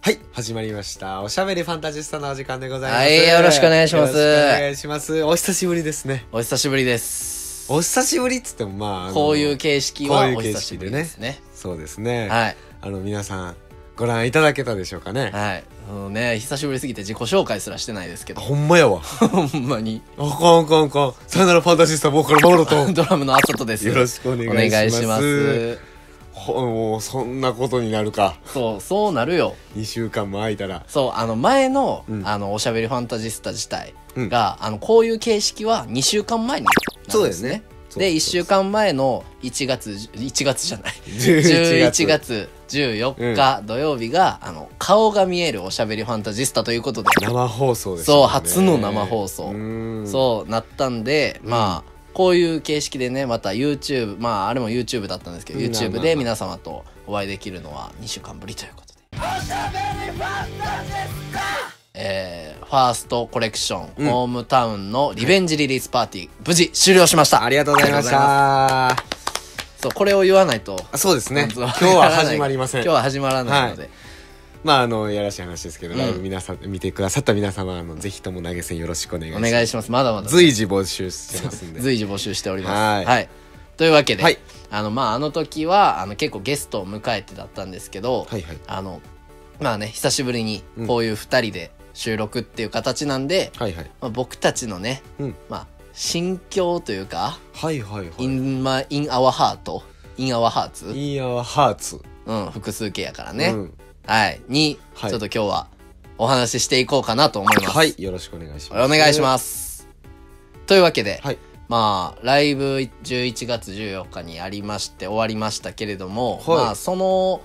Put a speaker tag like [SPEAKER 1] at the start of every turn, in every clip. [SPEAKER 1] はい、始まりました。おしゃべりファンタジスタのお時間でございます。
[SPEAKER 2] はいよろしくお願いします
[SPEAKER 1] よろしくお願いします。お久しぶりですね。
[SPEAKER 2] お久しぶりです。
[SPEAKER 1] お久しぶりっつってもまああの
[SPEAKER 2] こういう形式は
[SPEAKER 1] こういう
[SPEAKER 2] お
[SPEAKER 1] 形式でね
[SPEAKER 2] 久しぶりですね。
[SPEAKER 1] そうですね。
[SPEAKER 2] はい。
[SPEAKER 1] あの皆さんご覧いただけたでしょうかね。
[SPEAKER 2] はい。あのね、久しぶりすぎて自己紹介すらしてないですけ
[SPEAKER 1] あ
[SPEAKER 2] ど、
[SPEAKER 1] ほんまやわ。
[SPEAKER 2] ほんまに。
[SPEAKER 1] あかんかんかん。さよならファンタジスタ僕からマロと。
[SPEAKER 2] ドラムのあさとです。
[SPEAKER 1] よろしくお願いし
[SPEAKER 2] お
[SPEAKER 1] ます。
[SPEAKER 2] 願いします。
[SPEAKER 1] ほもうそんなことになるか。
[SPEAKER 2] そう、そうなるよ。
[SPEAKER 1] 2週間も空いたら。
[SPEAKER 2] そう、あの前の、
[SPEAKER 1] うん
[SPEAKER 2] あの、おしゃべりファンタジスタ自体が、あの、こういう形式は2週間前に、
[SPEAKER 1] そうですね。
[SPEAKER 2] で、1週間前の1月、1月じ ゃない。
[SPEAKER 1] 11月。
[SPEAKER 2] 11月14日土曜日が、あの顔が見えるおしゃべりファンタジスタということで、
[SPEAKER 1] 生放送です、ね。
[SPEAKER 2] そう初の生放送
[SPEAKER 1] うん
[SPEAKER 2] そうなったんで、まあこういう形式でねまた YouTube まああれも YouTube だったんですけど、
[SPEAKER 1] うん
[SPEAKER 2] YouTube
[SPEAKER 1] まあ
[SPEAKER 2] で
[SPEAKER 1] まあ
[SPEAKER 2] 皆様とお会いできるのは2週間ぶりということで。えー、ファーストコレクション、
[SPEAKER 1] ん
[SPEAKER 2] ホームタウンのリベンジリリースパーティー、無事終了しました
[SPEAKER 1] ありがとうございまし
[SPEAKER 2] ありがとうございま
[SPEAKER 1] た。
[SPEAKER 2] すそうこれを言わないと
[SPEAKER 1] あそうですね。
[SPEAKER 2] 本当
[SPEAKER 1] 今日は始まりません。
[SPEAKER 2] 今日は始まらないので、
[SPEAKER 1] まあ、あの、やらしい話ですけど、
[SPEAKER 2] うん
[SPEAKER 1] ライブ皆さん、見てくださった皆様、あの、ぜひとも投げ銭よろしくお願いし
[SPEAKER 2] お
[SPEAKER 1] ます。
[SPEAKER 2] 願いしますまだまだ
[SPEAKER 1] 随時募集してますんで。
[SPEAKER 2] 随時募集しております。
[SPEAKER 1] は
[SPEAKER 2] はいい,、というわけで、
[SPEAKER 1] はい
[SPEAKER 2] あの、まあ、あの時は、あの、結構ゲストを迎えてだったんですけど、
[SPEAKER 1] はいはい
[SPEAKER 2] あの、まあね、久しぶりに
[SPEAKER 1] うん、
[SPEAKER 2] こういう二人で収録っていう形なんで、
[SPEAKER 1] はいはい。
[SPEAKER 2] まあ、僕たちのね、
[SPEAKER 1] うん
[SPEAKER 2] まあ、心境というか、
[SPEAKER 1] はいはいはい。
[SPEAKER 2] in my, in our heart, in our hearts、
[SPEAKER 1] インアワハーツ。
[SPEAKER 2] うん、複数形やからね、
[SPEAKER 1] うん
[SPEAKER 2] はい、に、
[SPEAKER 1] はい
[SPEAKER 2] ちょっと今日はお話ししていこうかなと思います。
[SPEAKER 1] はい。よろしくお願いします。。
[SPEAKER 2] お願いしますす。というわけで、
[SPEAKER 1] はい。
[SPEAKER 2] まあライブ11月14日にありまして終わりましたけれども、
[SPEAKER 1] はい
[SPEAKER 2] まあその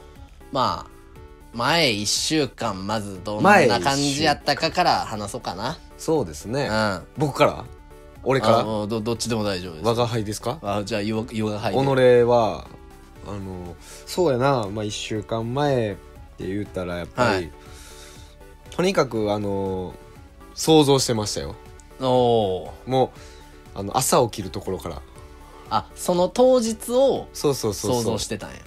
[SPEAKER 2] まあ前1週間まずどん
[SPEAKER 1] 前一
[SPEAKER 2] な
[SPEAKER 1] 週
[SPEAKER 2] 感じやったかから話そうかな
[SPEAKER 1] そうですね。
[SPEAKER 2] うん
[SPEAKER 1] 僕から俺か
[SPEAKER 2] あ
[SPEAKER 1] ら
[SPEAKER 2] のどどっちでも大丈夫です
[SPEAKER 1] 我が輩ですか
[SPEAKER 2] あじゃあヨガヨガ入
[SPEAKER 1] 己
[SPEAKER 2] る
[SPEAKER 1] は、あの、そうやな、まあ、1週間前って言ったら、やっぱり、
[SPEAKER 2] はい
[SPEAKER 1] とにかく、あの、想像してましたよ。
[SPEAKER 2] おお
[SPEAKER 1] もう、あの、朝起きるところから。
[SPEAKER 2] あその当日を
[SPEAKER 1] そうそうそうそう
[SPEAKER 2] 想像してたんや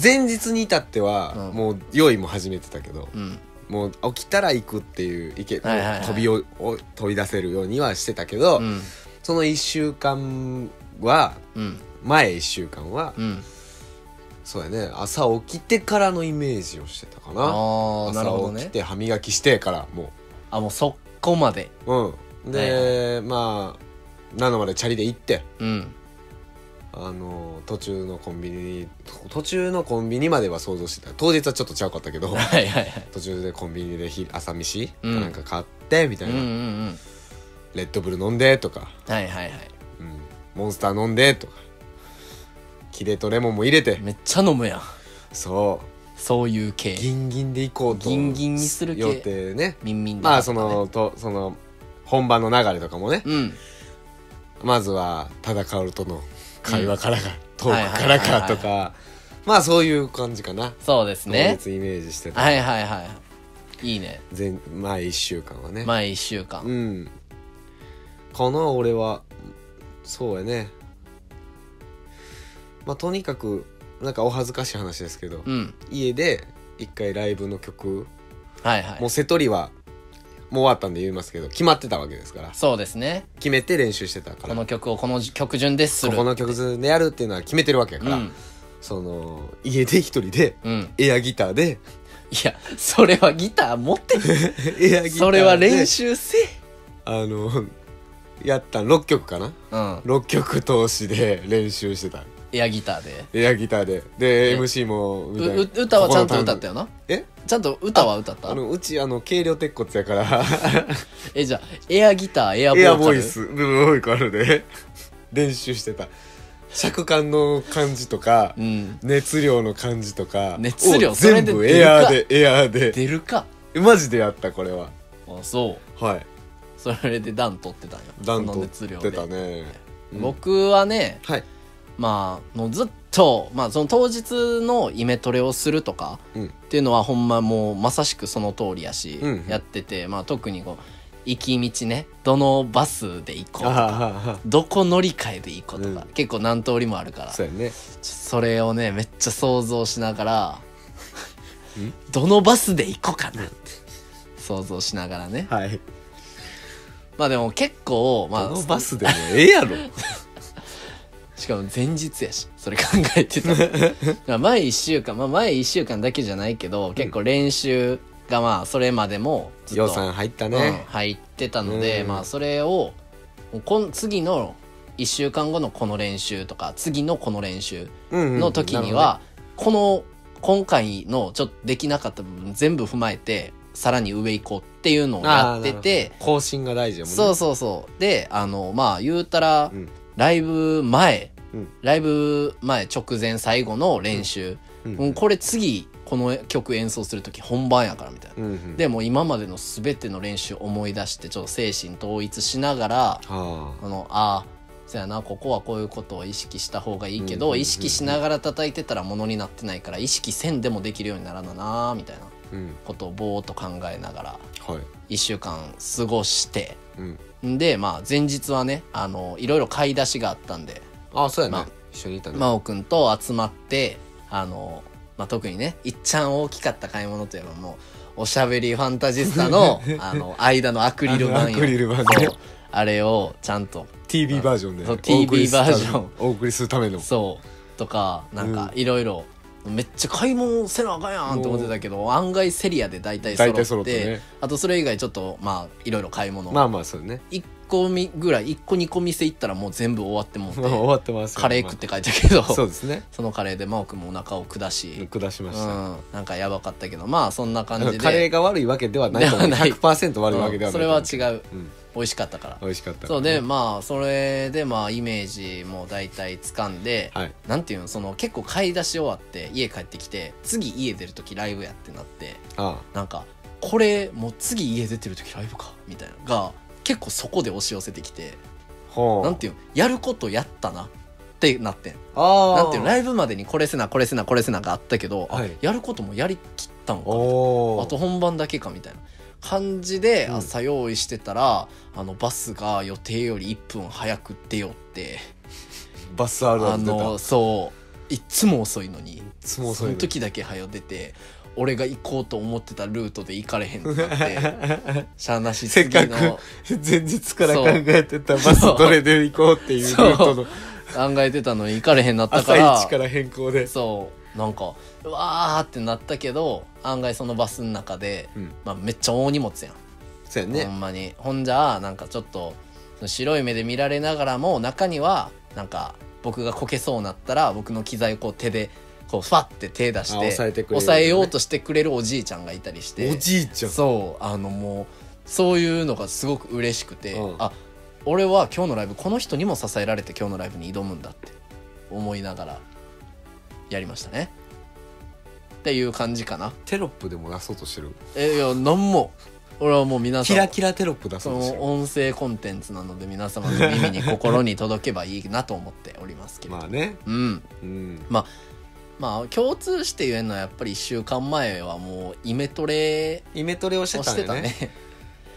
[SPEAKER 1] 前日に至っては、
[SPEAKER 2] うん
[SPEAKER 1] もう用意も始めてたけど、
[SPEAKER 2] うん
[SPEAKER 1] もう起きたら行くっていういけ、
[SPEAKER 2] はいはいはい
[SPEAKER 1] 飛びをを飛び出せるようにはしてたけど、
[SPEAKER 2] うん
[SPEAKER 1] その1週間は
[SPEAKER 2] うん
[SPEAKER 1] 前1週間は、
[SPEAKER 2] うん
[SPEAKER 1] そうやね朝起きてからのイメージをしてたかな
[SPEAKER 2] ああなる
[SPEAKER 1] 朝
[SPEAKER 2] ほど
[SPEAKER 1] 起き
[SPEAKER 2] ね
[SPEAKER 1] て歯磨きしてからも
[SPEAKER 2] あもうそこまで
[SPEAKER 1] ううんで、まあ7までチャリで行って
[SPEAKER 2] うん
[SPEAKER 1] あの途中のコンビニ途中のコンビニまでは想像してた当日はちょっとちゃうかった けど
[SPEAKER 2] はいはいはい
[SPEAKER 1] 途中でコンビニでひ朝飯か
[SPEAKER 2] うん
[SPEAKER 1] なんか買ってみた
[SPEAKER 2] うん
[SPEAKER 1] い
[SPEAKER 2] うん
[SPEAKER 1] な、
[SPEAKER 2] うん
[SPEAKER 1] レッドブル飲んでとか、
[SPEAKER 2] はいはいはい
[SPEAKER 1] うんモンスター飲んでとかキレとレモンも入れて、
[SPEAKER 2] めっちゃ飲むやん
[SPEAKER 1] そ
[SPEAKER 2] そういう系
[SPEAKER 1] うギンギンで行こうと
[SPEAKER 2] ギンギンにする系
[SPEAKER 1] 予定ね
[SPEAKER 2] みんみんで
[SPEAKER 1] まあそのとその本番の流れとかもね、
[SPEAKER 2] うん
[SPEAKER 1] まずはただ薫との会話からか、トークか
[SPEAKER 2] は
[SPEAKER 1] ら
[SPEAKER 2] いはいはい
[SPEAKER 1] か
[SPEAKER 2] は
[SPEAKER 1] と
[SPEAKER 2] い
[SPEAKER 1] かまあそういう感じかな
[SPEAKER 2] そうです
[SPEAKER 1] 当
[SPEAKER 2] ね
[SPEAKER 1] 日イメージしてた、
[SPEAKER 2] はいはいはいいいね
[SPEAKER 1] 前前1週間はね
[SPEAKER 2] 前1週間、
[SPEAKER 1] うんかな俺はそうやねまあとにかくなんかお恥ずかしい話ですけど、
[SPEAKER 2] うん、
[SPEAKER 1] 家で一回ライブの曲、
[SPEAKER 2] はいはい
[SPEAKER 1] もう瀬戸りはもう終わったんで言いますけど決まってたわけですから
[SPEAKER 2] そうですね
[SPEAKER 1] 決めて練習してたか
[SPEAKER 2] こ
[SPEAKER 1] ら
[SPEAKER 2] の曲をこの曲順です
[SPEAKER 1] こ
[SPEAKER 2] る
[SPEAKER 1] この曲ずでやるっていうのは決めてるわけやから、
[SPEAKER 2] うん
[SPEAKER 1] その家で一人で
[SPEAKER 2] うん
[SPEAKER 1] エアギターで
[SPEAKER 2] いやそれはギター持ってる
[SPEAKER 1] エアギターで
[SPEAKER 2] それは練習せえ
[SPEAKER 1] あのやったん6曲かな
[SPEAKER 2] うん
[SPEAKER 1] 6曲通しで練習してた
[SPEAKER 2] エアギターで
[SPEAKER 1] エアギターでで
[SPEAKER 2] え
[SPEAKER 1] MC もみ
[SPEAKER 2] う
[SPEAKER 1] たいな
[SPEAKER 2] う歌はちゃんと歌った
[SPEAKER 1] よ
[SPEAKER 2] よな
[SPEAKER 1] え
[SPEAKER 2] ちゃんと歌は歌った
[SPEAKER 1] あのうちあの軽量鉄骨やから
[SPEAKER 2] えじゃあエアギターエアボーカル
[SPEAKER 1] エアボイス部分多いからで練習してた尺感の感じとか、
[SPEAKER 2] うん
[SPEAKER 1] 熱量の感じとか
[SPEAKER 2] 熱量
[SPEAKER 1] を
[SPEAKER 2] それ
[SPEAKER 1] 全
[SPEAKER 2] で
[SPEAKER 1] 部
[SPEAKER 2] 出
[SPEAKER 1] エ
[SPEAKER 2] る
[SPEAKER 1] ア
[SPEAKER 2] か
[SPEAKER 1] ーでエアーで
[SPEAKER 2] 出るか
[SPEAKER 1] マジでやったこれは
[SPEAKER 2] あそう
[SPEAKER 1] はい
[SPEAKER 2] それで段取ってたんよ
[SPEAKER 1] 段
[SPEAKER 2] その
[SPEAKER 1] 取
[SPEAKER 2] 熱量
[SPEAKER 1] っ
[SPEAKER 2] で
[SPEAKER 1] てたねうん
[SPEAKER 2] 僕はね
[SPEAKER 1] はい
[SPEAKER 2] まあもうずっと、まあ、その当日のイメトレをするとか
[SPEAKER 1] うん
[SPEAKER 2] っていうのはほんまもうまさしくその通りやし、
[SPEAKER 1] うんうん
[SPEAKER 2] やってて、まあ、特にこう行き道ねどのバスで行こう
[SPEAKER 1] あ
[SPEAKER 2] と
[SPEAKER 1] は
[SPEAKER 2] か
[SPEAKER 1] はは
[SPEAKER 2] どこ乗り換えで行こうとか、
[SPEAKER 1] うん
[SPEAKER 2] 結構何通りもあるから
[SPEAKER 1] そうやね
[SPEAKER 2] それをねめっちゃ想像しながらどのバスで行こうかなって想像しながらね
[SPEAKER 1] はい
[SPEAKER 2] まあでも結構ま
[SPEAKER 1] この
[SPEAKER 2] あ
[SPEAKER 1] バスでもええや ろ
[SPEAKER 2] しかも前日やしそれ考え てただから前1週間まあ前1週間だけじゃないけど結構練習がまあそれまでもずっと
[SPEAKER 1] 予算入ったね
[SPEAKER 2] うん、入ってたので、
[SPEAKER 1] うん
[SPEAKER 2] まあそれをもうこん次の1週間後のこの練習とか次のこの練習の時には、この今回のちょっとできなかった部分全部踏まえてさらに上行こうっていうのをやってて、
[SPEAKER 1] 更新が大事やもんね
[SPEAKER 2] そうそうそうであのまあ言うたら、
[SPEAKER 1] うん
[SPEAKER 2] ライブ前、
[SPEAKER 1] うん
[SPEAKER 2] ライブ前直前最後の練習、
[SPEAKER 1] うん
[SPEAKER 2] もうこれ次この曲演奏する時本番やからみたいな。
[SPEAKER 1] うんうん
[SPEAKER 2] でもう今までの全ての練習を思い出してちょっと精神統一しながら
[SPEAKER 1] はあ
[SPEAKER 2] このああそやなここはこういうことを意識した方がいいけど、
[SPEAKER 1] うんうんうんうん
[SPEAKER 2] 意識しながら叩いてたらものになってないから意識せんでもできるようにならななみたいな
[SPEAKER 1] うん
[SPEAKER 2] ことをぼーっと考えながら
[SPEAKER 1] はい
[SPEAKER 2] 1週間過ごして
[SPEAKER 1] うん
[SPEAKER 2] んでまあ前日はねあのいろいろ買い出しがあったんで
[SPEAKER 1] あそうやね、
[SPEAKER 2] まあ
[SPEAKER 1] 一緒にいたね、
[SPEAKER 2] 真央くんと集まってあの、まあ、特にねいっちゃん大きかった買い物といえばもうおしゃべりファンタジスタ のあの間のアクリル板
[SPEAKER 1] あの
[SPEAKER 2] よ
[SPEAKER 1] アクリル板ね
[SPEAKER 2] そうあれをちゃんと
[SPEAKER 1] TV バージョンで
[SPEAKER 2] そう
[SPEAKER 1] お送りする
[SPEAKER 2] TV バージョン
[SPEAKER 1] お送りするための
[SPEAKER 2] そうとかなんか
[SPEAKER 1] う
[SPEAKER 2] いろいろめっちゃ買い物せなあかんやんと思ってたけど案外セリアで大体揃って
[SPEAKER 1] 大体揃ってね
[SPEAKER 2] あとそれ以外ちょっとまあいろいろ買い物、
[SPEAKER 1] まあまあそうね
[SPEAKER 2] 1個みぐらい1個2個店行ったらもう全部終わってもうて
[SPEAKER 1] もう終わってますよ
[SPEAKER 2] カレー食って帰ったけど
[SPEAKER 1] まあそうですね
[SPEAKER 2] そのカレーで真央君もお腹を下し、
[SPEAKER 1] 下し
[SPEAKER 2] う
[SPEAKER 1] ました、
[SPEAKER 2] ん、なんかやばかったけどまあそんな感じで
[SPEAKER 1] カレーが悪いわけではないと思う
[SPEAKER 2] では ない
[SPEAKER 1] 100%悪いわけで
[SPEAKER 2] う
[SPEAKER 1] は
[SPEAKER 2] ん
[SPEAKER 1] な
[SPEAKER 2] そ
[SPEAKER 1] い
[SPEAKER 2] れ
[SPEAKER 1] と思
[SPEAKER 2] は
[SPEAKER 1] う
[SPEAKER 2] 違う
[SPEAKER 1] うん
[SPEAKER 2] 美味しかったから
[SPEAKER 1] 美味しかった
[SPEAKER 2] そうでまあそれでまあイメージも大体つかんで、
[SPEAKER 1] はい
[SPEAKER 2] なんていうのその結構買い出し終わって家帰ってきて次家出る時ライブやってなって
[SPEAKER 1] あ
[SPEAKER 2] なんかこれもう次家出てる時ライブかみたいなのが結構そこで押し寄せてきて
[SPEAKER 1] あほう
[SPEAKER 2] なんていうのやることやったなってなってん
[SPEAKER 1] ああ
[SPEAKER 2] なんていうのライブまでにこれせなこれせなこれせながあったけど、あ
[SPEAKER 1] はい
[SPEAKER 2] やることもやりきったのかみたいな
[SPEAKER 1] おお
[SPEAKER 2] あと本番だけかみたいな感じで
[SPEAKER 1] うん
[SPEAKER 2] 朝用意してたら、あのバスが予定より1分早く出よって
[SPEAKER 1] バスあるあ
[SPEAKER 2] あ
[SPEAKER 1] る出た
[SPEAKER 2] のそういっつも遅いのに
[SPEAKER 1] つも遅
[SPEAKER 2] そ
[SPEAKER 1] い
[SPEAKER 2] の
[SPEAKER 1] の
[SPEAKER 2] 時だけ早出て俺が行こうと思ってたルートで行かれへんってなって しゃあなし
[SPEAKER 1] せっ
[SPEAKER 2] 次
[SPEAKER 1] かく
[SPEAKER 2] の
[SPEAKER 1] 前日から考えてたバスどれで行こうっていうルートの
[SPEAKER 2] 考えてたのに行かれへんなったか
[SPEAKER 1] 朝
[SPEAKER 2] ら
[SPEAKER 1] 一から変更で
[SPEAKER 2] そうなんかうわーってなったけど案外そのバスの中で、
[SPEAKER 1] うん
[SPEAKER 2] まあ、めっちゃ大荷物やん
[SPEAKER 1] そうや
[SPEAKER 2] ほ
[SPEAKER 1] ね
[SPEAKER 2] んまにほんじゃあなんかちょっと白い目で見られながらも中にはなんか僕がこけそうなったら僕の機材をこう手でこうファッて手出して
[SPEAKER 1] あ押さえてくれる
[SPEAKER 2] 抑えようとしてくれるおじいちゃんがいたりして
[SPEAKER 1] おじいちゃん
[SPEAKER 2] そうあのもうそういうのがすごく嬉しくて、
[SPEAKER 1] うん
[SPEAKER 2] あ俺は今日のライブこの人にも支えられて今日のライブに挑むんだって思いながらやりましたねっていう感じかな
[SPEAKER 1] テロップでも出そうとしてる
[SPEAKER 2] えいやなんも俺はもう皆さ
[SPEAKER 1] キ
[SPEAKER 2] ん
[SPEAKER 1] ラキラテロップ出
[SPEAKER 2] そ
[SPEAKER 1] そうとして
[SPEAKER 2] の
[SPEAKER 1] る
[SPEAKER 2] 音声コンテンツなので皆様の耳に心に届けばいいなと思っておりますけれど、
[SPEAKER 1] まあね
[SPEAKER 2] うん
[SPEAKER 1] うん
[SPEAKER 2] まあ共通して言えるのはやっぱり1週間前はもうイメトレ
[SPEAKER 1] イメトレをして
[SPEAKER 2] を
[SPEAKER 1] た
[SPEAKER 2] し
[SPEAKER 1] んだ
[SPEAKER 2] て
[SPEAKER 1] よ
[SPEAKER 2] たね
[SPEAKER 1] ね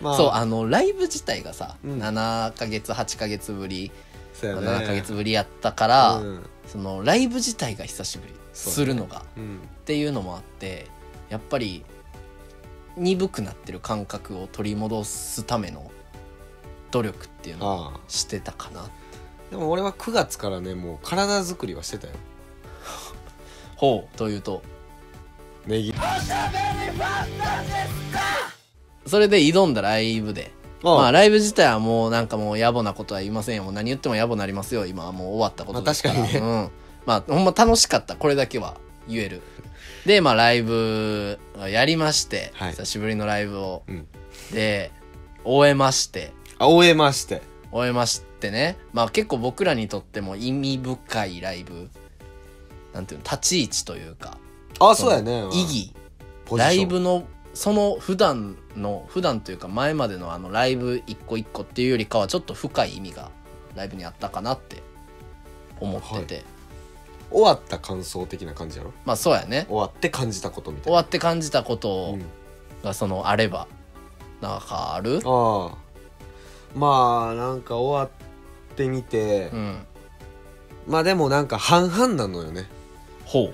[SPEAKER 1] まあ
[SPEAKER 2] そうあのライブ自体がさ、
[SPEAKER 1] うん
[SPEAKER 2] 7ヶ月8ヶ月ぶり、
[SPEAKER 1] そうやね
[SPEAKER 2] 7ヶ月ぶりやったから、
[SPEAKER 1] うん
[SPEAKER 2] そのライブ自体が久しぶり
[SPEAKER 1] そう
[SPEAKER 2] するのが、
[SPEAKER 1] うん
[SPEAKER 2] っていうのもあってやっぱり鈍くなってる感覚を取り戻すための努力っていうのを
[SPEAKER 1] ああ
[SPEAKER 2] してたかな
[SPEAKER 1] でも俺は9月からねもう体作りはしてたよ
[SPEAKER 2] ほうというと
[SPEAKER 1] ネギ
[SPEAKER 2] それで挑んだライブでまあ
[SPEAKER 1] あ
[SPEAKER 2] ライブ自体はもうなんかもう野暮なことは言いませんよもう何言っても野暮なりますよ今はもう終わったことですから、
[SPEAKER 1] まあ確かに
[SPEAKER 2] ね、うんまあほんま楽しかったこれだけは言えるでまあライブやりまして、
[SPEAKER 1] はい
[SPEAKER 2] 久しぶりのライブを
[SPEAKER 1] うん
[SPEAKER 2] で終えまして
[SPEAKER 1] あ終えまして
[SPEAKER 2] 終えましてねまあ結構僕らにとっても意味深いライブなんていうの立ち位置というか
[SPEAKER 1] あそうやね
[SPEAKER 2] その意義
[SPEAKER 1] ポジショ
[SPEAKER 2] ラ
[SPEAKER 1] ン
[SPEAKER 2] イブのその普段の普段というか前までのあのライブ一個一個っていうよりかはちょっと深い意味がライブにあったかなって思ってて、
[SPEAKER 1] 終わった感想的な感じやろ
[SPEAKER 2] まあそうやね
[SPEAKER 1] 終わって感じたことみたい
[SPEAKER 2] 終
[SPEAKER 1] な
[SPEAKER 2] わって感じたこと
[SPEAKER 1] うん
[SPEAKER 2] がそのあればなんかある
[SPEAKER 1] ああまあなんか終わってみて、
[SPEAKER 2] うん
[SPEAKER 1] まあでもなんか半々なのよね
[SPEAKER 2] ほう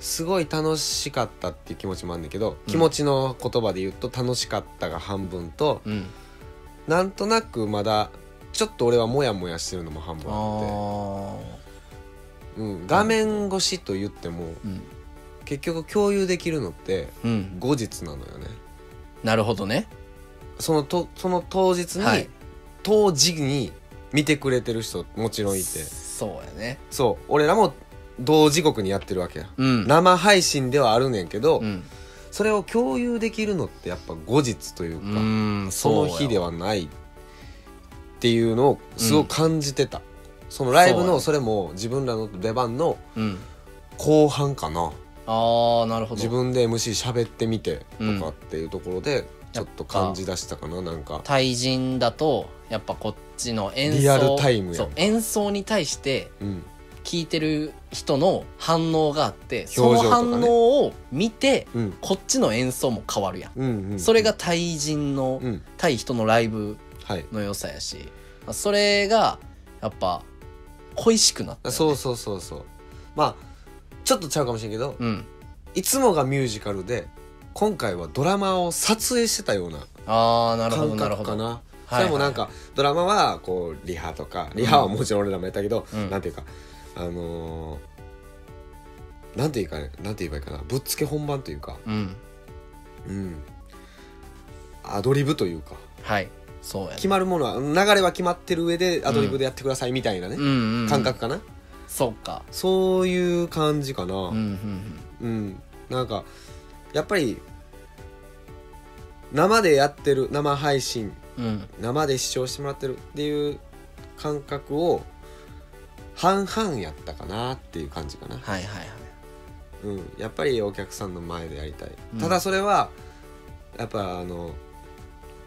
[SPEAKER 1] すごい楽しかったっていう気持ちもあるんだけど、気持ちの言葉で言うと楽しかったが半分と、
[SPEAKER 2] うん
[SPEAKER 1] なんとなくまだちょっと俺はモヤモヤしてるのも半分あ
[SPEAKER 2] あ
[SPEAKER 1] って、うん、画面越しと言っても
[SPEAKER 2] ーうん
[SPEAKER 1] 結局共有できるのって
[SPEAKER 2] うん
[SPEAKER 1] 後日なのよね
[SPEAKER 2] なるほどね
[SPEAKER 1] そのとその当日に、
[SPEAKER 2] はい
[SPEAKER 1] 当時に見てくれてる人もちろんいて
[SPEAKER 2] そうやね
[SPEAKER 1] そう俺らも同時刻にやってるわけや、
[SPEAKER 2] うん
[SPEAKER 1] 生配信ではあるねんけど、
[SPEAKER 2] うん
[SPEAKER 1] それを共有できるのってやっぱ後日というか、
[SPEAKER 2] うん
[SPEAKER 1] その日ではないっていうのをすごく感じてた、そのライブ
[SPEAKER 2] そうや
[SPEAKER 1] のそれも自分らの出番の
[SPEAKER 2] うん
[SPEAKER 1] 後半かな
[SPEAKER 2] ああなるほど
[SPEAKER 1] 自分で MC 喋ってみてとかっていうところでちょっと感じ出したかななんか
[SPEAKER 2] 対人だとやっぱこっちの演奏
[SPEAKER 1] リアルタイムやん
[SPEAKER 2] そう演奏に対して
[SPEAKER 1] うん
[SPEAKER 2] 聞いてる人の反応があって、
[SPEAKER 1] 表情
[SPEAKER 2] その
[SPEAKER 1] とかね
[SPEAKER 2] 反応を見て
[SPEAKER 1] うん
[SPEAKER 2] こっちの演奏も変わるやん、
[SPEAKER 1] うんうん
[SPEAKER 2] それが対人の、
[SPEAKER 1] うん
[SPEAKER 2] 対人のライブ
[SPEAKER 1] はい
[SPEAKER 2] の良さやしそれがやっぱ恋しくなったよね、
[SPEAKER 1] そうそうそうそうまあちょっとちゃうかもしれんけど
[SPEAKER 2] うん
[SPEAKER 1] いつもがミュージカルで今回はドラマを撮影してたような
[SPEAKER 2] ああなるほど
[SPEAKER 1] 感
[SPEAKER 2] なる
[SPEAKER 1] 覚か
[SPEAKER 2] ほど
[SPEAKER 1] な。
[SPEAKER 2] は
[SPEAKER 1] そ
[SPEAKER 2] い
[SPEAKER 1] れもなんかドラマはこうリハとかリハはもちろん俺らもやったけど、
[SPEAKER 2] うん
[SPEAKER 1] なんていうかあのーなんていうかねなんて言えばいいかなぶっつけ本番というか、
[SPEAKER 2] うん
[SPEAKER 1] うん、アドリブというか
[SPEAKER 2] はいそうやね
[SPEAKER 1] 決まるものは流れは決まってる上でアドリブでやってくださいみたいなね、
[SPEAKER 2] うんうんうん
[SPEAKER 1] 感覚かな、
[SPEAKER 2] そうか
[SPEAKER 1] そういう感じかな。
[SPEAKER 2] うんうん
[SPEAKER 1] うん、なんかやっぱり生でやってる生配信
[SPEAKER 2] うんうん
[SPEAKER 1] 生で視聴してもらってるっていう感覚を半々やったかなっていう感じかな、
[SPEAKER 2] はいはいはい
[SPEAKER 1] うん、やっぱりお客さんの前でやりたい、
[SPEAKER 2] うん
[SPEAKER 1] ただそれはやっぱあの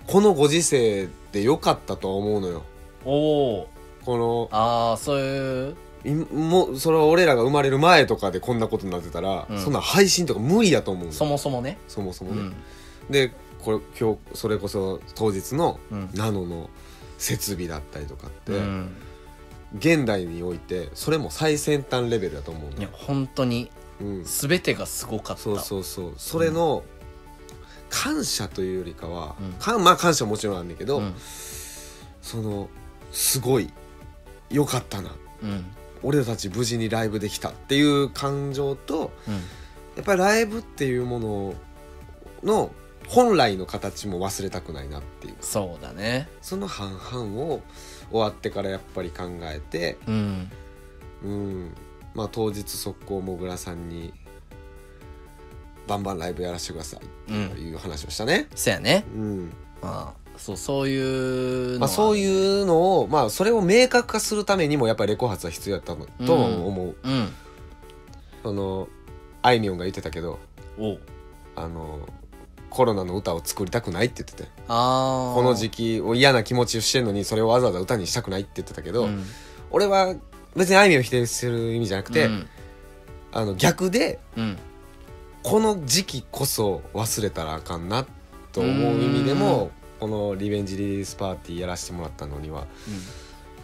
[SPEAKER 1] このご時世で良かったと思うのよ
[SPEAKER 2] おお
[SPEAKER 1] この
[SPEAKER 2] ああそういう
[SPEAKER 1] いもうそれは俺らが生まれる前とかでこんなことになってたら、
[SPEAKER 2] うん
[SPEAKER 1] そんな配信とか無理やと思うの
[SPEAKER 2] そもそもね
[SPEAKER 1] そもそも
[SPEAKER 2] う
[SPEAKER 1] ね、
[SPEAKER 2] ん
[SPEAKER 1] でこれ今日それこそ当日の
[SPEAKER 2] うん
[SPEAKER 1] ナノの設備だったりとかって、
[SPEAKER 2] うん
[SPEAKER 1] 現代においてそれも最先端レベルだと思うの
[SPEAKER 2] いや本当に
[SPEAKER 1] うん、
[SPEAKER 2] 全てがすごかった
[SPEAKER 1] そうそうそうそれの感謝というよりかは、
[SPEAKER 2] うん
[SPEAKER 1] かまあ感謝ももちろんあるんだけど、
[SPEAKER 2] うん
[SPEAKER 1] そのすごい良かったな
[SPEAKER 2] うんうん
[SPEAKER 1] 俺たち無事にライブできたっていう感情とやっぱりライブっていうものの本来の形も忘れたくないなっていう
[SPEAKER 2] そうだね
[SPEAKER 1] その半々を終わってからやっぱり考えて
[SPEAKER 2] うん
[SPEAKER 1] うんまあ当日速攻もぐらさんに「バンバンライブやらせてください」っていう話をしたね。
[SPEAKER 2] そやね
[SPEAKER 1] うん
[SPEAKER 2] まあそうそういうの
[SPEAKER 1] まあ、そう
[SPEAKER 2] う
[SPEAKER 1] いうのを、まあ、それを明確化するためにもやっぱりレコ発は必要だったのとも思う、
[SPEAKER 2] うん
[SPEAKER 1] そのあいみょんが言ってたけど
[SPEAKER 2] お
[SPEAKER 1] あのコロナの歌を作りたくないって言ってて
[SPEAKER 2] ああ
[SPEAKER 1] この時期を嫌な気持ちをしてるのにそれをわざわざ歌にしたくないって言ってたけど、
[SPEAKER 2] うん
[SPEAKER 1] 俺は別にあいみょんを否定する意味じゃなくて、
[SPEAKER 2] うん
[SPEAKER 1] あの逆で
[SPEAKER 2] うん
[SPEAKER 1] この時期こそ忘れたらあかんなと思う意味でもこの「リベンジリリースパーティー」やらせてもらったのには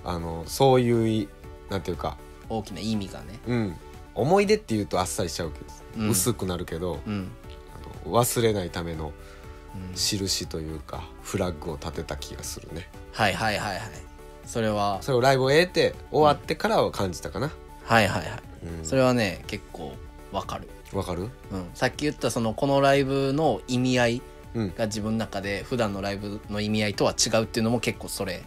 [SPEAKER 1] あのそういういなんていうか、
[SPEAKER 2] 大きな意味がね
[SPEAKER 1] うん、思い出っていうとあっさりしちゃうけど、
[SPEAKER 2] うん
[SPEAKER 1] 薄くなるけど
[SPEAKER 2] うん
[SPEAKER 1] あの忘れないための
[SPEAKER 2] うん
[SPEAKER 1] 印というかフラッグを立てた気がするね
[SPEAKER 2] はいはいはいはいそれは
[SPEAKER 1] それをライブを得て終わってからは感じたかな、
[SPEAKER 2] はいはいはい
[SPEAKER 1] うん
[SPEAKER 2] それはね結構わかる
[SPEAKER 1] わかる
[SPEAKER 2] うんさっき言ったそのこのライブの意味合い
[SPEAKER 1] うん
[SPEAKER 2] が自分の中で普段のライブの意味合いとは違うっていうのも結構それ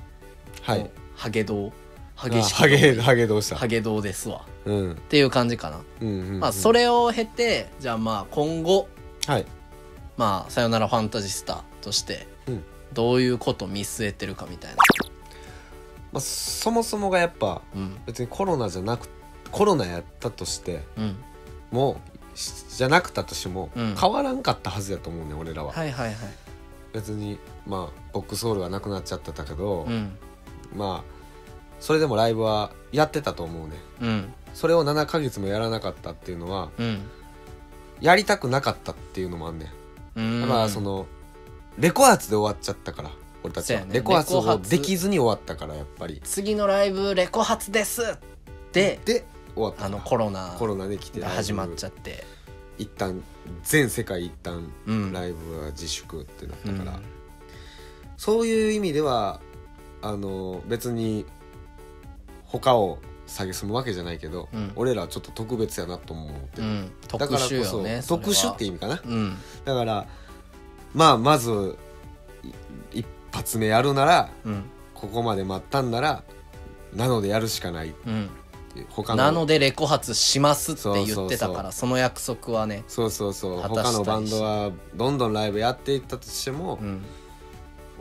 [SPEAKER 1] はい
[SPEAKER 2] ハゲドウハ
[SPEAKER 1] あ
[SPEAKER 2] ゲ
[SPEAKER 1] ハゲハゲどうした
[SPEAKER 2] ハゲドウですわ
[SPEAKER 1] うんうん
[SPEAKER 2] っていう感じかな、
[SPEAKER 1] うんうん
[SPEAKER 2] まあそれを経てじゃあまあ今後
[SPEAKER 1] はい
[SPEAKER 2] まあ「さよならファンタジスタ」として
[SPEAKER 1] うん
[SPEAKER 2] どういうこと見据えてるかみたいな
[SPEAKER 1] まあそもそもがやっぱ
[SPEAKER 2] うん
[SPEAKER 1] 別にコロナじゃなくコロナやったとして
[SPEAKER 2] うん
[SPEAKER 1] もしじゃなくたとしても、
[SPEAKER 2] うん
[SPEAKER 1] 変わらんかったはずやと思うね俺らは、
[SPEAKER 2] はいはいはい
[SPEAKER 1] 別にまあボックスホールはなくなっちゃってたけど、
[SPEAKER 2] うん
[SPEAKER 1] まあそれでもライブはやってたと思うね
[SPEAKER 2] うん
[SPEAKER 1] それを7ヶ月もやらなかったっていうのは
[SPEAKER 2] うん
[SPEAKER 1] やりたくなかったっていうのもあんね
[SPEAKER 2] うん
[SPEAKER 1] んだからそのレコ発で終わっちゃったから俺たち
[SPEAKER 2] そう
[SPEAKER 1] は、
[SPEAKER 2] やね
[SPEAKER 1] レコ発
[SPEAKER 2] レコ
[SPEAKER 1] を
[SPEAKER 2] 発
[SPEAKER 1] できずに終わったからやっぱり
[SPEAKER 2] 次のライブレコ発ですで
[SPEAKER 1] で終わった
[SPEAKER 2] あのコロナ
[SPEAKER 1] コロナで来て
[SPEAKER 2] が始まっち
[SPEAKER 1] ゃ
[SPEAKER 2] ゃって
[SPEAKER 1] 一旦全世界一旦
[SPEAKER 2] うん
[SPEAKER 1] ライブは自粛ってなったから、
[SPEAKER 2] うん
[SPEAKER 1] そういう意味ではあの別に他を下げすむわけじゃないけど、
[SPEAKER 2] うん
[SPEAKER 1] 俺らちょっと特別やなとも思って
[SPEAKER 2] う
[SPEAKER 1] る、
[SPEAKER 2] ん特
[SPEAKER 1] だからこ
[SPEAKER 2] 殊
[SPEAKER 1] そ、
[SPEAKER 2] よねそれ
[SPEAKER 1] 特
[SPEAKER 2] は
[SPEAKER 1] 殊って意味かな
[SPEAKER 2] うん
[SPEAKER 1] だからまあまずい一発目やるなら
[SPEAKER 2] うん
[SPEAKER 1] ここまで待ったんならなのでやるしかないっ
[SPEAKER 2] うん
[SPEAKER 1] ていう他の
[SPEAKER 2] なのでレコ発しますって言ってた
[SPEAKER 1] そうそう
[SPEAKER 2] か
[SPEAKER 1] そ
[SPEAKER 2] らその約束はね
[SPEAKER 1] そうそうそう
[SPEAKER 2] 果たした
[SPEAKER 1] 他の
[SPEAKER 2] いし
[SPEAKER 1] バンドはどんどんライブやっていったとしても、
[SPEAKER 2] うん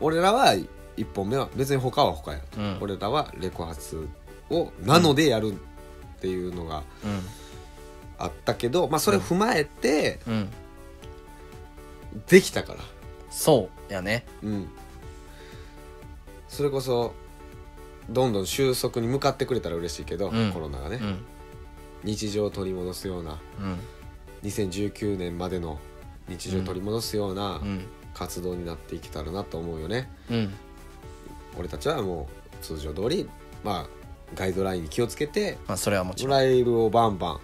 [SPEAKER 1] 俺らは一本目は別に他は他やと、
[SPEAKER 2] うん
[SPEAKER 1] 俺らはレコ発をなのでやるっていうのがあったけど、まあそれ踏まえて
[SPEAKER 2] うんうん
[SPEAKER 1] できたから、
[SPEAKER 2] そうやね
[SPEAKER 1] うん、それこそどんどん収束に向かってくれたら嬉しいけど、
[SPEAKER 2] うん
[SPEAKER 1] コロナがね、
[SPEAKER 2] うん
[SPEAKER 1] 日常を取り戻すような
[SPEAKER 2] うん
[SPEAKER 1] 2019年までの日常を取り戻すような
[SPEAKER 2] うん
[SPEAKER 1] 活動になっていけたらなと思うよね。
[SPEAKER 2] うん
[SPEAKER 1] 俺たちはもう通常通りまあガイドラインに気をつけて
[SPEAKER 2] まあそれはもちろん
[SPEAKER 1] ライブをバンバ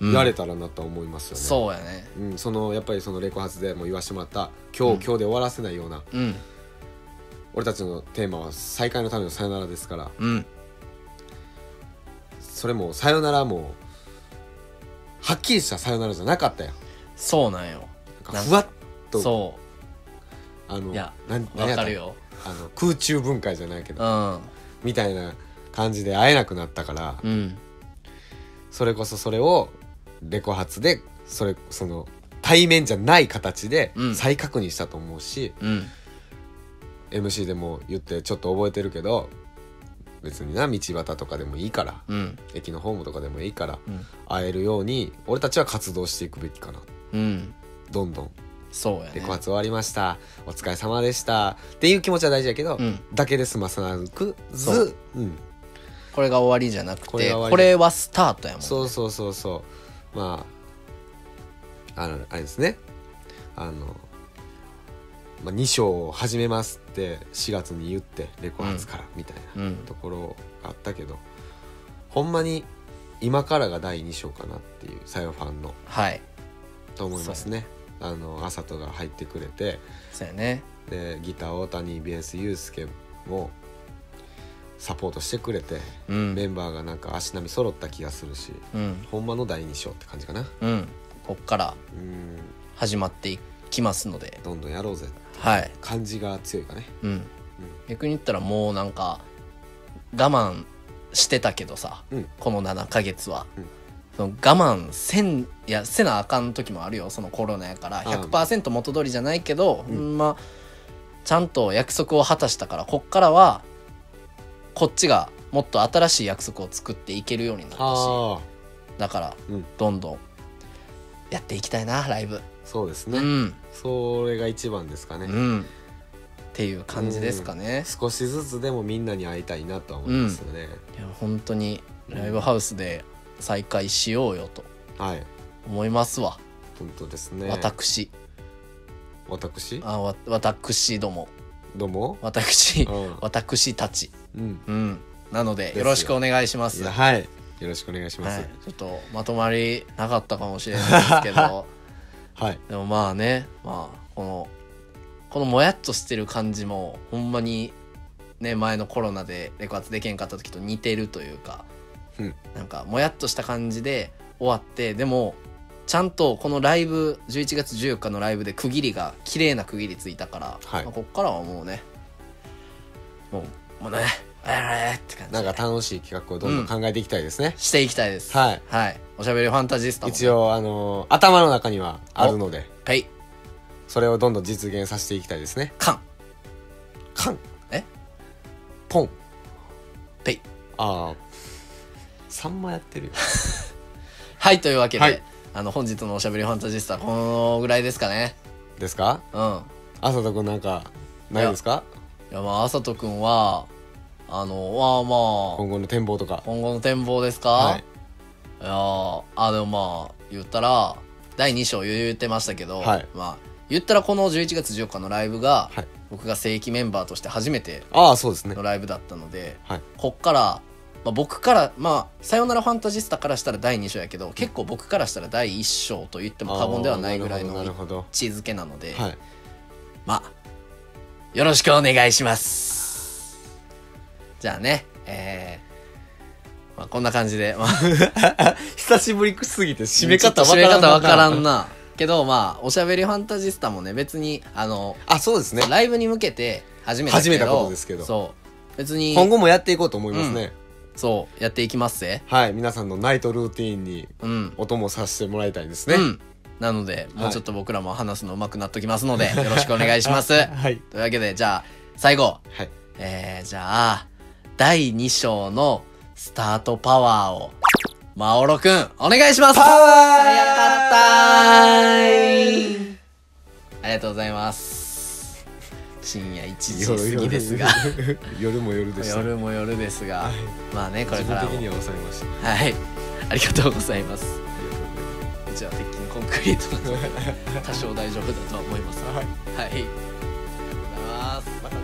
[SPEAKER 2] うん
[SPEAKER 1] ンやれたらなとは思いますよね。
[SPEAKER 2] そうやね
[SPEAKER 1] うん、そのやっぱりそのレコ発でも言わしてもらった今日、
[SPEAKER 2] う
[SPEAKER 1] 今
[SPEAKER 2] ん
[SPEAKER 1] 日で終わらせないような
[SPEAKER 2] うん
[SPEAKER 1] 俺たちのテーマは再会のためのさよならですから
[SPEAKER 2] うん
[SPEAKER 1] それもさよならもはっきりしたさよならじゃなかったよ
[SPEAKER 2] そうなんよ
[SPEAKER 1] なんかふわっと
[SPEAKER 2] そ
[SPEAKER 1] あの
[SPEAKER 2] いや
[SPEAKER 1] なん
[SPEAKER 2] う
[SPEAKER 1] なん
[SPEAKER 2] わ
[SPEAKER 1] やった
[SPEAKER 2] かるよ
[SPEAKER 1] あの空中分解じゃないけ
[SPEAKER 2] う
[SPEAKER 1] ど
[SPEAKER 2] ん
[SPEAKER 1] みたいな感じで会えなくなったから、
[SPEAKER 2] うん
[SPEAKER 1] それこそそれをレコ発でそれその対面じゃない形で
[SPEAKER 2] うん
[SPEAKER 1] 再確認したと思うし、
[SPEAKER 2] うん
[SPEAKER 1] MC でも言ってちょっと覚えてるけど別にな道端とかでもいいから
[SPEAKER 2] うん
[SPEAKER 1] 駅のホームとかでもいいから
[SPEAKER 2] うん
[SPEAKER 1] 会えるように俺たちは活動していくべきかな
[SPEAKER 2] うん
[SPEAKER 1] どんどん
[SPEAKER 2] そうやね
[SPEAKER 1] レコ発終わりましたお疲れ様でしたっていう気持ちは大事だけど、
[SPEAKER 2] うん
[SPEAKER 1] だけで済まさなく
[SPEAKER 2] そ
[SPEAKER 1] ず、うん、
[SPEAKER 2] これが終わりじゃなくてこ
[SPEAKER 1] これ
[SPEAKER 2] れ
[SPEAKER 1] が終わり
[SPEAKER 2] はスタートやもんね
[SPEAKER 1] そうそうそうそうまああのあれですねあの、まあ、2章を始めますって4月に言ってレコ発からみたいな
[SPEAKER 2] うん
[SPEAKER 1] ところがあったけど、ほんまに今からが第2章かなっていうさよファンの
[SPEAKER 2] はい
[SPEAKER 1] と思いますね。あの朝とが入ってくれて
[SPEAKER 2] そうやね
[SPEAKER 1] でギター大谷ベースユースケもサポートしてくれて、
[SPEAKER 2] うん
[SPEAKER 1] メンバーがなんか足並み揃った気がするし
[SPEAKER 2] うん
[SPEAKER 1] ほんまの第2章って感じかな。
[SPEAKER 2] うんこっから
[SPEAKER 1] うん
[SPEAKER 2] 始まっていきますので
[SPEAKER 1] どんどんやろうぜ
[SPEAKER 2] はい
[SPEAKER 1] 感じが強いかね
[SPEAKER 2] うん逆に言ったらもうなんか我慢してたけどさ、
[SPEAKER 1] うん
[SPEAKER 2] この7ヶ月は、
[SPEAKER 1] うん
[SPEAKER 2] その我慢せんいやせなあかん時もあるよそのコロナやから
[SPEAKER 1] あー
[SPEAKER 2] 100%元通りじゃないけど、
[SPEAKER 1] うん
[SPEAKER 2] ほんまちゃんと約束を果たしたからこっからはこっちがもっと新しい約束を作っていけるようになったし
[SPEAKER 1] あ
[SPEAKER 2] だから、
[SPEAKER 1] うん
[SPEAKER 2] どんどんやっていきたいなライブ、
[SPEAKER 1] そうです
[SPEAKER 2] う
[SPEAKER 1] ね、
[SPEAKER 2] ん
[SPEAKER 1] それが一番ですかね、
[SPEAKER 2] うんっていう感じですかね、
[SPEAKER 1] 少しずつでもみんなに会いたいなとは思いますよね、
[SPEAKER 2] いや本当にライブハウスで再開しようよと
[SPEAKER 1] はい
[SPEAKER 2] 思いますわ、
[SPEAKER 1] 本当ですね
[SPEAKER 2] 私
[SPEAKER 1] 私
[SPEAKER 2] あわ私ども
[SPEAKER 1] どうも
[SPEAKER 2] 私
[SPEAKER 1] うん
[SPEAKER 2] 私たち
[SPEAKER 1] うん
[SPEAKER 2] うんなので
[SPEAKER 1] です
[SPEAKER 2] よ
[SPEAKER 1] よ
[SPEAKER 2] ろしくお願いしま
[SPEAKER 1] い
[SPEAKER 2] す
[SPEAKER 1] やはいよろしくお願いしま
[SPEAKER 2] は
[SPEAKER 1] す
[SPEAKER 2] い、ちょっとまとまりなかったかもしれないで すけど
[SPEAKER 1] はい、
[SPEAKER 2] でもまあねまあこのこのもやっとしてる感じもほんまにね前のコロナでレコ発できんかった時と似てるというか
[SPEAKER 1] うん
[SPEAKER 2] なんかもやっとした感じで終わってでもちゃんとこのライブ11月14日のライブで区切りが綺麗な区切りついたから、
[SPEAKER 1] はい
[SPEAKER 2] まあこっからはもうねもうもうねえーって感じ
[SPEAKER 1] なんか楽しい企画をどんどん考えていきたいですね、
[SPEAKER 2] していきたいです
[SPEAKER 1] はい、
[SPEAKER 2] はい、おしゃべりファンタジスタもね
[SPEAKER 1] 一応あのー頭の中にはあるので
[SPEAKER 2] ペイ
[SPEAKER 1] それをどんどん実現させていきたいですね
[SPEAKER 2] カン
[SPEAKER 1] カン
[SPEAKER 2] え
[SPEAKER 1] ポン
[SPEAKER 2] ペイ
[SPEAKER 1] ああサンマやってる よ
[SPEAKER 2] はいというわけで、
[SPEAKER 1] はい
[SPEAKER 2] あの本日のおしゃべりファンタジスタはこのぐらいですかね
[SPEAKER 1] ですか
[SPEAKER 2] うんい
[SPEAKER 1] 朝とくんなんかないですか
[SPEAKER 2] やまああさとくんはあのまあま
[SPEAKER 1] 今後の展望とか
[SPEAKER 2] あ今後の展望ですか、
[SPEAKER 1] はい
[SPEAKER 2] いやーあでもまあ言ったら第2章言ってましたけど、
[SPEAKER 1] はい
[SPEAKER 2] まあ言ったらこの11月14日のライブが、
[SPEAKER 1] はい
[SPEAKER 2] 僕が正規メンバーとして初めて
[SPEAKER 1] ああそうですね
[SPEAKER 2] のライブだったので
[SPEAKER 1] はい
[SPEAKER 2] こっからまあ、僕からまあ「さよならファンタジスタ」からしたら第2章やけど結構僕からしたら第1章と言っても過言ではないぐらい
[SPEAKER 1] あーなる
[SPEAKER 2] の
[SPEAKER 1] ほどなる
[SPEAKER 2] 位置づけなので
[SPEAKER 1] ほどはい
[SPEAKER 2] まあよろしくお願いしますじゃあねえーまあ、こんな感じで、まあ、
[SPEAKER 1] 久しぶりすぎて 締め
[SPEAKER 2] ちょっ
[SPEAKER 1] 方
[SPEAKER 2] と
[SPEAKER 1] わか
[SPEAKER 2] 締め
[SPEAKER 1] らん
[SPEAKER 2] 方わからん
[SPEAKER 1] な
[SPEAKER 2] なけどまあおしゃべりファンタジスタもね別にあの
[SPEAKER 1] あそうですね
[SPEAKER 2] ライブに向けて始めたけ
[SPEAKER 1] 始
[SPEAKER 2] ど
[SPEAKER 1] めたことですけど
[SPEAKER 2] そう別に
[SPEAKER 1] 今後もやっていこうと思いますね、
[SPEAKER 2] そうやっていきますぜ
[SPEAKER 1] はい皆さんのナイトルーティーンに
[SPEAKER 2] うん
[SPEAKER 1] お供させてもらいたいですね、
[SPEAKER 2] うんなのでもうちょっと僕らも話すの上手くなっときますので、よろしくお願いします
[SPEAKER 1] はい
[SPEAKER 2] というわけでじゃあ最後
[SPEAKER 1] はい
[SPEAKER 2] えー、じゃあ第2章のスタートパワーをマオロくんお願いします
[SPEAKER 1] パワー
[SPEAKER 2] 早かったーいありがとうございます深夜1時過ぎですが
[SPEAKER 1] 夜夜も夜でした
[SPEAKER 2] 夜も夜ですが、
[SPEAKER 1] はい
[SPEAKER 2] まあねこれ
[SPEAKER 1] 自
[SPEAKER 2] から
[SPEAKER 1] 分
[SPEAKER 2] も
[SPEAKER 1] 的には抑えました
[SPEAKER 2] はいありがとうございますうちは鉄筋コンク リートなので多少大丈夫だとは思いますがはい、ありがとうございます
[SPEAKER 1] またね